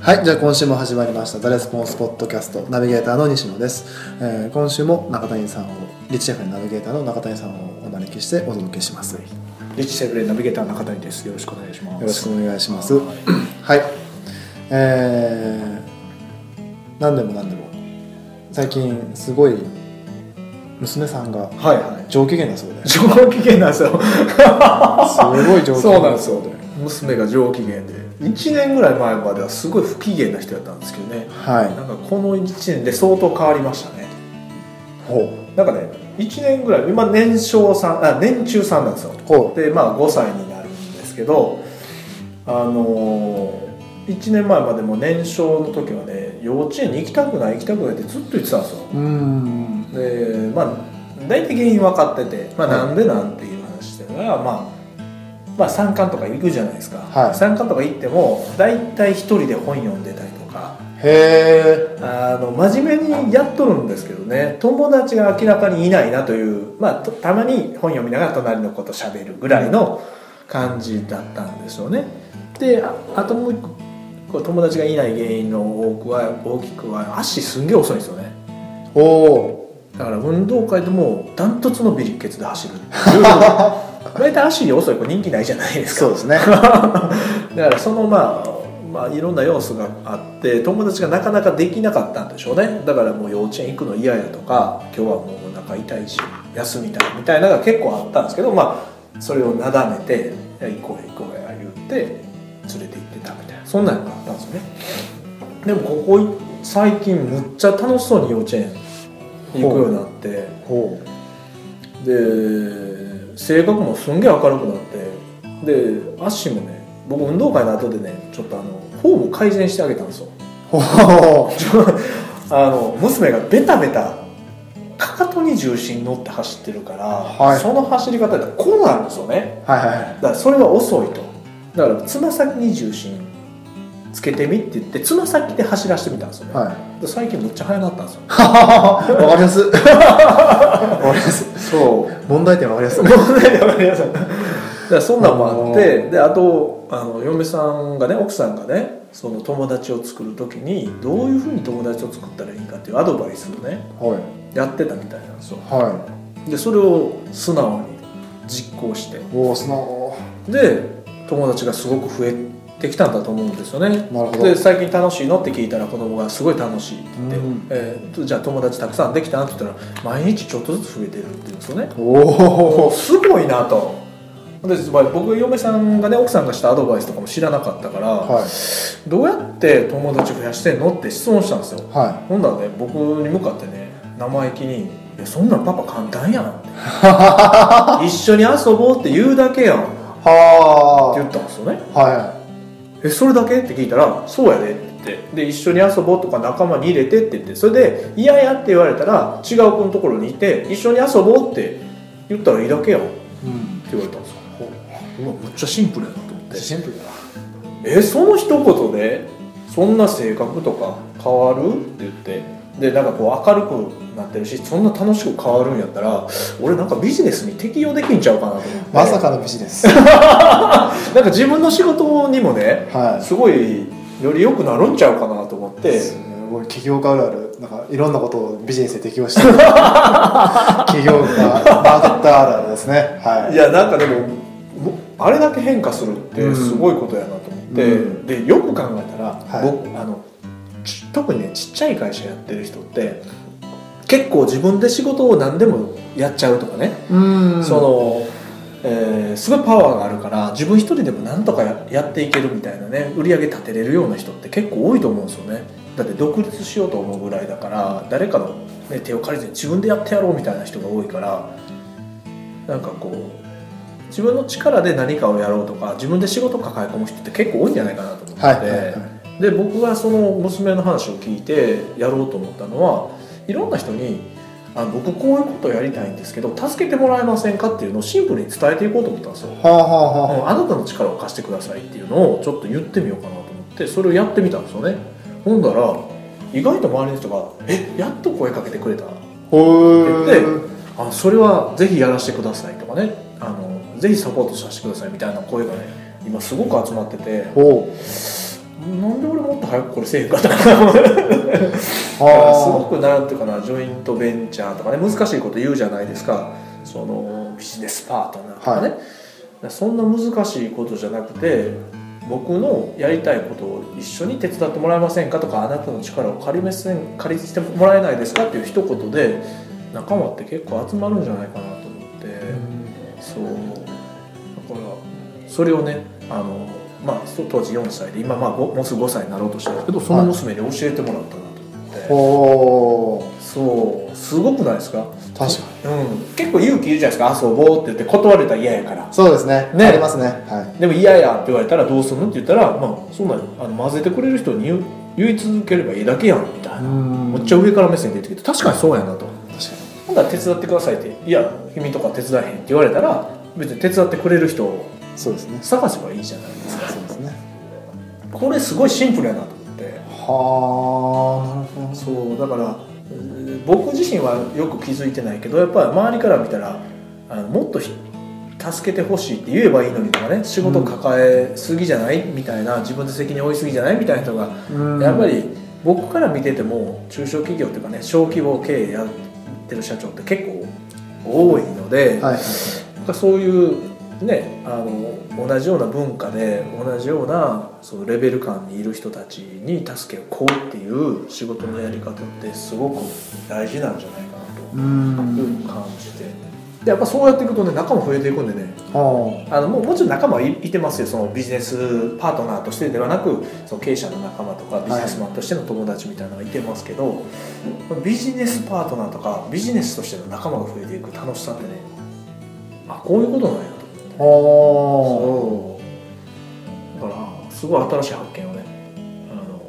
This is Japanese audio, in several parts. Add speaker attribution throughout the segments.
Speaker 1: はい、じゃあ今週も始まりました、ザ・レスポンス・ポッドキャスト、ナビゲーターの西野です。えー今週も中谷さんを、リッチシェフのナビゲーターの中谷さんをお招きしてお届けします。よ
Speaker 2: リッチセブレナビゲーターの中谷です。よろしくお願いします。
Speaker 1: ろしくお願いします。
Speaker 2: は
Speaker 1: はい。えー、何でも何でも、最近すごい娘さんが
Speaker 2: はいはい。
Speaker 1: 上機嫌だそうで、す
Speaker 2: 上機嫌なんですよ。
Speaker 1: ごい上機嫌
Speaker 2: そうなんですよ。娘が上機嫌で、1年ぐらい前まではすごい不機嫌な人やったんですけどね。
Speaker 1: は
Speaker 2: なんかこの1年で相当変わりましたね。
Speaker 1: い。ほ
Speaker 2: なんかね、1年ぐらい、今年少さん、あ年中さんなんですよ。
Speaker 1: う。ほ
Speaker 2: でまあ5歳になるんですけどあのー1年前までも年少の時はね幼稚園に行きたくない行きたくないってずっと言ってたんですよ
Speaker 1: う。うーん。
Speaker 2: でまあ大体原因分かってて、まあ、
Speaker 1: はい
Speaker 2: なんでなんていう話してたら、まあ、まあ参観とか行くじゃないですか、
Speaker 1: はい
Speaker 2: 参観とか行っても大体一人で本読んでたりとか
Speaker 1: へ
Speaker 2: あの真面目にやっとるんですけどね友達が明らかにいないなという、まあ、とたまに本読みながら隣の子と喋るぐらいの感じだったんですよねでああともう一個こう友達がいない原因の多くは大きくは足すんげえ遅いんですよね
Speaker 1: ー。お
Speaker 2: だから運動会でもダントツのビリケツで走るっていう大体足遅い子人気ないじゃないで
Speaker 1: ー。
Speaker 2: すか
Speaker 1: そうですね。
Speaker 2: だからそのまあまあいろんな要素があって友達がなかなかできなかったんでしょうねだからもう幼稚園行くの嫌やとか今日はもうお腹痛いし休みたいみたいなのが結構あったんですけどまあそれをなだめて「いや行こうや行こうや」言って連れて行ってたみたいなそんなのがあったんですよねでもここ最近むっちゃ楽しそうに幼稚園行くようになって
Speaker 1: ほう。
Speaker 2: で性格もすんげえ明るくなってで足もね僕運動会の後でねちょっとあのフォーム改善してあげたんですよ
Speaker 1: ほう。
Speaker 2: あの娘がベタベタかかとに重心乗って走ってるから、
Speaker 1: はい
Speaker 2: その走り方でこうなるんですよね
Speaker 1: はいはい。
Speaker 2: だからそれは遅いとだからつま先に重心つけてみって言ってつま先で走らせてみたんですよね、
Speaker 1: はい。
Speaker 2: で最近めっちゃ速なった んですよ
Speaker 1: わかりやすい。わかりやすい。
Speaker 2: そう
Speaker 1: 問題点わかりやすい。
Speaker 2: 問題でわかりましただからそんなんもあってであとあの嫁さんがね奥さんがねその友達を作る時にどういうふうに友達を作ったらいいかっていうアドバイスをね
Speaker 1: はい。
Speaker 2: やってたみたいなんですよ
Speaker 1: は
Speaker 2: でそれを素直に実行して
Speaker 1: い。おお、素直。
Speaker 2: で友達がすごく増えてきたんだと思うんですよね
Speaker 1: なるほど
Speaker 2: で最近楽しいのって聞いたら子供がすごい楽しいって言って、
Speaker 1: うん
Speaker 2: えーとじゃあ友達たくさんできたって言ったら毎日ちょっとずつ増えてるって言うんですよね
Speaker 1: おお。
Speaker 2: すごいなとでまあ僕嫁さんがね奥さんがしたアドバイスとかも知らなかったから、
Speaker 1: はい。
Speaker 2: どうやって友達増やしてんのって質問したんですよ
Speaker 1: は
Speaker 2: ほんだらね僕に向かってね生意気に「いやそんなんパパ簡単やん」 って「一緒に遊ぼう」って言うだけやん」って
Speaker 1: い。は
Speaker 2: 言ったんですよね
Speaker 1: あ。は
Speaker 2: 「えそれだけ?」って聞いたら「そうやで」って言ってで一緒に遊ぼうとか仲間に入れてって言ってそれで「いやいや」って言われたら違う子のところにいて「一緒に遊ぼう」って言ったらいいだけやん
Speaker 1: い。うん。
Speaker 2: って言われたんですようわむっちゃシンプルやなと思って
Speaker 1: シンプルだな。
Speaker 2: えその一言でそんな性格とか変わるって言ってでなんかこう明るくなってるしそんな楽しく変わるんやったら俺なんかビジネスに適用できんちゃうかなと思って
Speaker 1: まさかのビジネス。
Speaker 2: なんか自分の仕事にもね
Speaker 1: は
Speaker 2: すごいより良くなるんちゃうかなと思っ
Speaker 1: い。
Speaker 2: て
Speaker 1: すごい企業家あるある、なんかいろんなことをビジネスで適用して る。企業家、マーケットあるあるですね。はいい。
Speaker 2: やなんかでももあれだけ変化するってすごいことやなと思って、
Speaker 1: うん
Speaker 2: でよく考えたら、
Speaker 1: はい
Speaker 2: 僕あのち特にねちっちゃい会社やってる人って結構自分で仕事を何でもやっちゃうとかね、
Speaker 1: うん
Speaker 2: その、えーすごいパワーがあるから自分一人でも何とかややっていけるみたいなね売り上げ立てれるような人って結構多いと思うんですよねだって独立しようと思うぐらいだから誰かの、ね、手を借りずに自分でやってやろうみたいな人が多いからなんかこう自分の力で何かをやろうとか自分で仕事抱え込む人って結構多いんじゃないかなと思って、
Speaker 1: はいはいは
Speaker 2: で僕がその娘の話を聞いてやろうと思ったのはいろんな人に「あ僕こういうことをやりたいんですけど助けてもらえませんか?」っていうのをシンプルに伝えていこうと思ったんですよ。
Speaker 1: はあはあはあ。
Speaker 2: あなたの力を貸してくださいっていうのをちょっと言ってみようかなと思ってそれをやってみたんですよね。ほんだら意外と周りの人が「えやっと声かけてくれた」
Speaker 1: ほ
Speaker 2: で
Speaker 1: ー。
Speaker 2: あそれはぜひやらせてくださいとかねあのぜひサポートさせてくださいみたいな声がね今すごく集まってて
Speaker 1: ほう。
Speaker 2: なんで俺もっと早くこれせえへんかったかなだからすごくなんていうかなジョイントベンチャーとかね難しいこと言うじゃないですかそのビジネスパートナーとかね、
Speaker 1: はい
Speaker 2: だからそんな難しいことじゃなくて僕のやりたいことを一緒に手伝ってもらえませんかとかあなたの力を借りません借りてもらえないですかっていう一言で仲間って結構集まるんじゃないかなと思って。そうだからそれをねあの、まあ、そ当時4歳で今、まあ、ごもうすぐ5歳になろうとしてるんですけどその娘に教えてもらったなと思って、
Speaker 1: おー
Speaker 2: そうすごくないですか、
Speaker 1: 確かに
Speaker 2: うん、結構勇気いるじゃないですか遊ぼうって言って断れたら嫌やから
Speaker 1: そうですね
Speaker 2: ね
Speaker 1: ありますねは
Speaker 2: でも嫌やって言われたらどうするのって言ったら、まあ、そんなんあの混ぜてくれる人に言う言い続ければいいだけやんみたい
Speaker 1: い
Speaker 2: な、
Speaker 1: ん
Speaker 2: めっちゃ上から目線出てきて確かにそうやな
Speaker 1: 確
Speaker 2: と。
Speaker 1: か
Speaker 2: ほんなら手伝ってくださいって「いや君とか手伝えへん」って言われたら別に手伝ってくれる人を
Speaker 1: にそうですね
Speaker 2: 探せばいいじゃないですか
Speaker 1: そうですね
Speaker 2: これすごいシンプルやなと思って
Speaker 1: はあなるほど
Speaker 2: そうだからえー僕自身はよく気づいてないけどやっぱり周りから見たらあのもっとひ助けてほしいって言えばいいのにとかね仕事抱えすぎじゃないみたいな自分で責任負いすぎじゃないみたいな人が
Speaker 1: うん
Speaker 2: やっぱり僕から見てても中小企業というかね小規模経営やってる社長って結構多いので、
Speaker 1: はい
Speaker 2: なんかそういうねあの同じような文化で同じようなそのレベル感にいる人たちに助けをこうっていう仕事のやり方ってすごく大事なんじゃないか
Speaker 1: う
Speaker 2: なとい
Speaker 1: ん
Speaker 2: う感じて。でやっぱそうやっていくとね仲も増えていくんでね
Speaker 1: は
Speaker 2: あのもうもちろん仲間はい、いてますよそのビジネスパートナーとしてではなくその経営者の仲間とかビジネスマンとしての友達みたいなのがいてますけど、ビジネスパートナーとかビジネスとしての仲間が増えていく楽しさってねあこういうことなんやと
Speaker 1: あは
Speaker 2: そうだからすごい新しい発見をねあの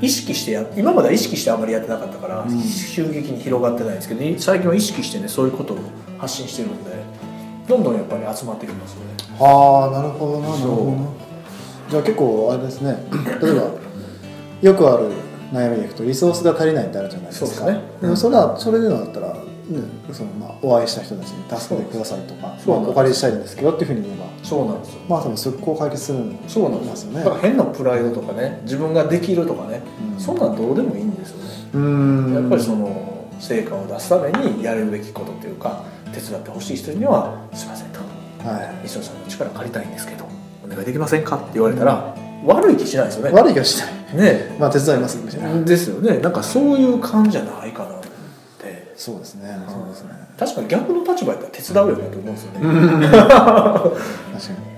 Speaker 2: 意識してや今までは意識してあまりやってなかったから、
Speaker 1: うん
Speaker 2: 急激に広がってないんですけど最近は意識してねそういうことを発信してるんでどんどんやっぱり集まってきますよね。
Speaker 1: あはあなるほどななるほどな
Speaker 2: そ
Speaker 1: じゃあ結構あれですね 例えばよくある悩みでいくとリソースが足りないってあるじゃないですか
Speaker 2: そうですね
Speaker 1: でもそれはそれでのだったら、ねそのまあ、お会いした人たちに助けてくださいとか、
Speaker 2: そう
Speaker 1: まあ、
Speaker 2: そう
Speaker 1: お借りしたいんですけどっていうふうに言えば
Speaker 2: そうなんですよ
Speaker 1: まあ多分速攻解決するん
Speaker 2: そうなんですよねだから変なプライドとかね自分ができるとかね、
Speaker 1: うん
Speaker 2: そんなんどうでもいいんですよね、
Speaker 1: うん
Speaker 2: やっぱりその成果を出すためにやるべきことというか手伝ってほしい人には「すいません」と「
Speaker 1: は
Speaker 2: 磯野さんの力借りたいんですけどお願いできませんか?」って言われたら、悪い気しないですよ
Speaker 1: い、
Speaker 2: ね
Speaker 1: 悪い気はしない
Speaker 2: ね
Speaker 1: まあ手伝いますみたいな、
Speaker 2: ですよねなんかそういう感じじゃないかなと思って
Speaker 1: そうですねそうですね
Speaker 2: 確かに逆の立場やったら手伝うよねと思うんですよね、
Speaker 1: 確かに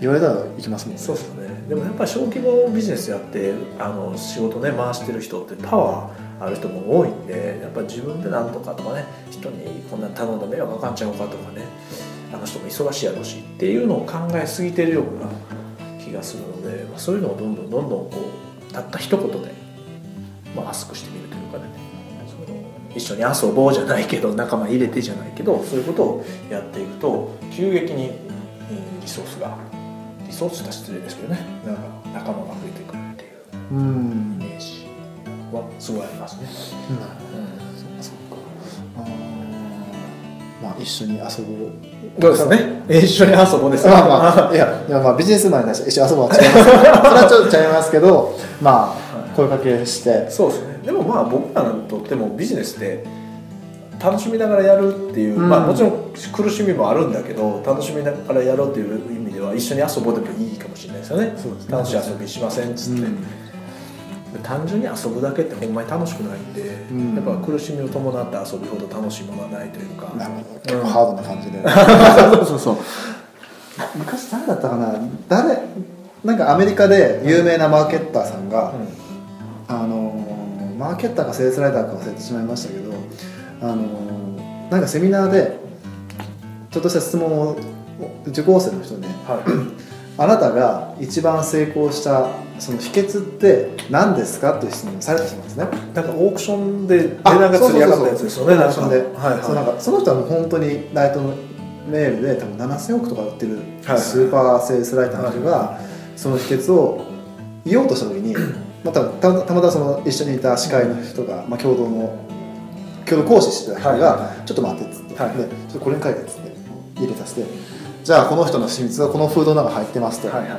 Speaker 1: 言われたら行きますもんね
Speaker 2: そうですねでもやっぱり小規模ビジネスやってあの仕事ね回してる人ってパワーある人も多いんでやっぱり自分でなんとかとかね人にこんなに頼んだ迷惑かかんちゃうのかとかねあの人も忙しいやろうしっていうのを考えすぎてるような気がするので、まあ、そういうのをどんどんどんどんこうたった一言で、まあ、アスクしてみるというかねその一緒に遊ぼうじゃないけど仲間入れてじゃないけどそういうことをやっていくと急激にうんリソースがリソースって言ったら失礼ですけどねなんか仲間が増えていくっていう
Speaker 1: う
Speaker 2: イ
Speaker 1: んなる
Speaker 2: メージはすごいありますね。
Speaker 1: ほどそっかそっかあーまあ一緒に遊ぼう
Speaker 2: どうですかね一緒に遊ぼうです
Speaker 1: まあ まあいやいやまあビジネスマンに対して一緒に遊ぼうは違いますそれはちょっと違いますけどまあ声かけして
Speaker 2: そうですねでもまあ僕らにとってもビジネスって楽しみながらやるっていう、
Speaker 1: うん
Speaker 2: まあもちろん苦しみもあるんだけど楽しみながらやろうっていう意味では一緒に遊ぼうでもいいかもしれないですよね
Speaker 1: そうですね
Speaker 2: 楽しい遊びしませんっつって、
Speaker 1: うん
Speaker 2: 単純に遊ぶだけってほんまに楽しくないんで、
Speaker 1: ん
Speaker 2: やっぱ苦しみを伴った遊びほど楽しいものはないというか
Speaker 1: なるほど
Speaker 2: う
Speaker 1: 結
Speaker 2: ん
Speaker 1: 構ハードな感じで
Speaker 2: そうそうそう
Speaker 1: 昔誰だったかな誰なんかアメリカで有名なマーケッターさんが、あのーマーケッターかセールスライターか忘れてしまいましたけど、あのーなんかセミナーでちょっとした質問を受講生の人に、ね、
Speaker 2: は
Speaker 1: あなたが一番成功したその秘訣って何ですかっていう質問をされてしまうんですね。
Speaker 2: い、なんかオークションで値段がつり上がったやつですよね
Speaker 1: そ
Speaker 2: な
Speaker 1: うんそ
Speaker 2: か
Speaker 1: うそう
Speaker 2: はい
Speaker 1: そうなん
Speaker 2: は
Speaker 1: かその人はもう本当にライトメールで多分7000億とか売ってる
Speaker 2: はい
Speaker 1: スーパーセールスライターの人が、その秘訣を言おうとした時 に、まあ、たたたまたまその一緒にいた司会の人が、まあ、共同の共同講師してた人が、
Speaker 2: はいはい
Speaker 1: ちょっと待ってっつって、
Speaker 2: は
Speaker 1: で
Speaker 2: い
Speaker 1: ちょっとこれに書いてっつって入れさせてじゃあこの人の秘密はこのフードの中入ってますと、
Speaker 2: いはいはいはい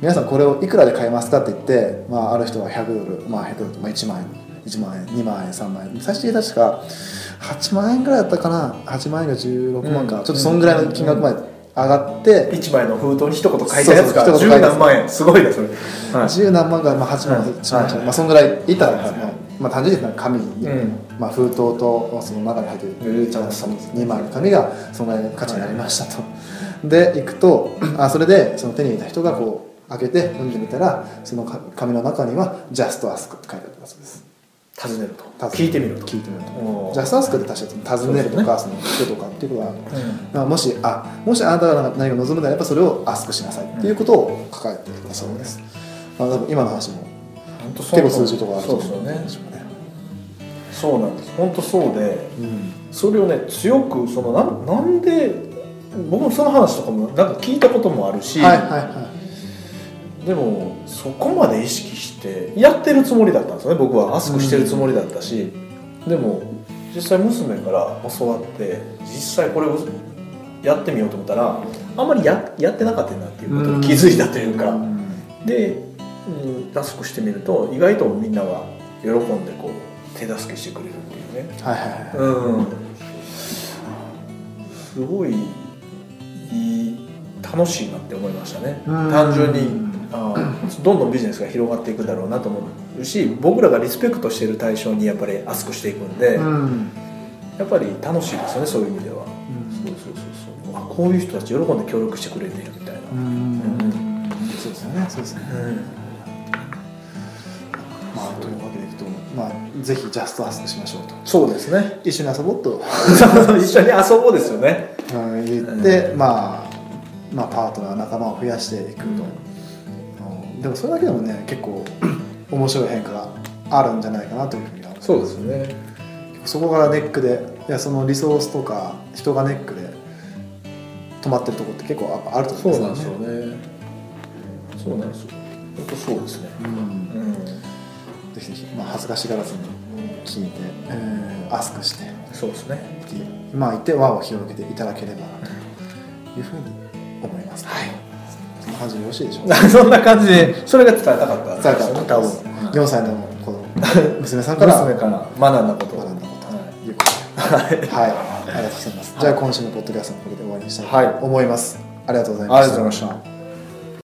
Speaker 1: 皆さんこれをいくらで買えますかって言って、まあ、ある人は100ドル、まあ、100ドル、まあ、1万円1万円2万円3万円最終的に確か8万円ぐらいだったかな8万円が16万か、
Speaker 2: うん
Speaker 1: ちょっとそんぐらいの金額まで上がって、
Speaker 2: 一枚の封筒に一言書いたやつが
Speaker 1: そうそう一言
Speaker 2: 十
Speaker 1: 書いたやつ
Speaker 2: 何万円すごいねそれ、はい
Speaker 1: 十何万からまあ8万
Speaker 2: はい
Speaker 1: 1万
Speaker 2: はい
Speaker 1: まあそんぐらいいたんですよ
Speaker 2: はいはい
Speaker 1: まあ単純に言うと紙に、
Speaker 2: うん
Speaker 1: まあ、封筒とその中に入ってるルーチャーの2枚の紙がそんなに価値になりましたと、で行くとあそれでその手に入れた人がこう開けて読んでみたらそのか紙の中には「Just Ask」って書いてあったそうです
Speaker 2: 尋ねると
Speaker 1: 尋ねる
Speaker 2: 聞いてみると
Speaker 1: 聞いてみると
Speaker 2: お
Speaker 1: 「
Speaker 2: ー
Speaker 1: Just Ask」って確かに尋ねるとかその聞くとかっていうことがある
Speaker 2: うん
Speaker 1: まあ、もしあもしあなたが何か望むならばそれをアスクしなさいっていうことを書かれていたそうです、まあ、多分今の話も
Speaker 2: 本当そう
Speaker 1: 結構数字とかあると
Speaker 2: そう
Speaker 1: 思う
Speaker 2: ですよ
Speaker 1: ん
Speaker 2: ね
Speaker 1: でしょうね
Speaker 2: そうなんです本当そうで
Speaker 1: うん
Speaker 2: それをね強くそのなんなんで僕もその話とかもなんか聞いたこともあるし、
Speaker 1: はいはいはい
Speaker 2: でもそこまで意識してやってるつもりだったんですよね僕はアスクしてるつもりだったし、でも実際娘から教わって実際これをやってみようと思ったらあんまりややってなかったなっていうことに気づいたというか、で、うん、アスクしてみると意外とみんなが喜んでこう手助けしてくれるっていうね
Speaker 1: はいはいはい
Speaker 2: うんすごいいい楽しいなって思いましたね
Speaker 1: うん
Speaker 2: 単純にあーどんどんビジネスが広がっていくだろうなと思うし僕らがリスペクトしている対象にやっぱり熱くしていくんで、
Speaker 1: うん
Speaker 2: やっぱり楽しいですよねそういう意味では、そうそうそうそうあこういう人たち喜んで協力してくれてるみたいな、
Speaker 1: うんうんそうですよねそうですねまあというわけでいくとまあぜひジャストアスクしましょうと
Speaker 2: そうですね
Speaker 1: 一緒に遊ぼうと、
Speaker 2: 一緒に遊ぼうですよね
Speaker 1: うん、言って、まあまあパートナー仲間を増やしていくと、うんでもそれだけでもね結構面白い変化があるんじゃないかなというふうには
Speaker 2: そうですね
Speaker 1: そこからネックでいやそのリソースとか人がネックで止まってるとこって結構やっぱあると
Speaker 2: そ
Speaker 1: 思
Speaker 2: う
Speaker 1: う
Speaker 2: なんん
Speaker 1: で
Speaker 2: ですす
Speaker 1: よ
Speaker 2: よ
Speaker 1: ね
Speaker 2: ねそうなんですよ本当そうですね
Speaker 1: うん
Speaker 2: う
Speaker 1: ぜひぜひ、まあ、恥ずかしがらずに
Speaker 2: ん
Speaker 1: 聞いて、えーアスクして
Speaker 2: そうですね
Speaker 1: っていうまあ言って輪を広げていただければなというふうに思いますはいそんな感じでよろしいでしょうか
Speaker 2: そんな感じでそれが伝えたかっ
Speaker 1: 伝
Speaker 2: た
Speaker 1: えたこと
Speaker 2: 多
Speaker 1: で
Speaker 2: 分
Speaker 1: す4歳の子の娘さんから
Speaker 2: 娘から学んだこと
Speaker 1: 学んだこと
Speaker 2: は
Speaker 1: ということではい、ありがとうございます、じゃあ今週のポッドキャストのこれで終わりにしたい
Speaker 2: はい
Speaker 1: と思います、ありがとうござい
Speaker 2: いあ
Speaker 1: ま
Speaker 2: りが
Speaker 1: し
Speaker 2: とうご
Speaker 1: た
Speaker 2: ざいました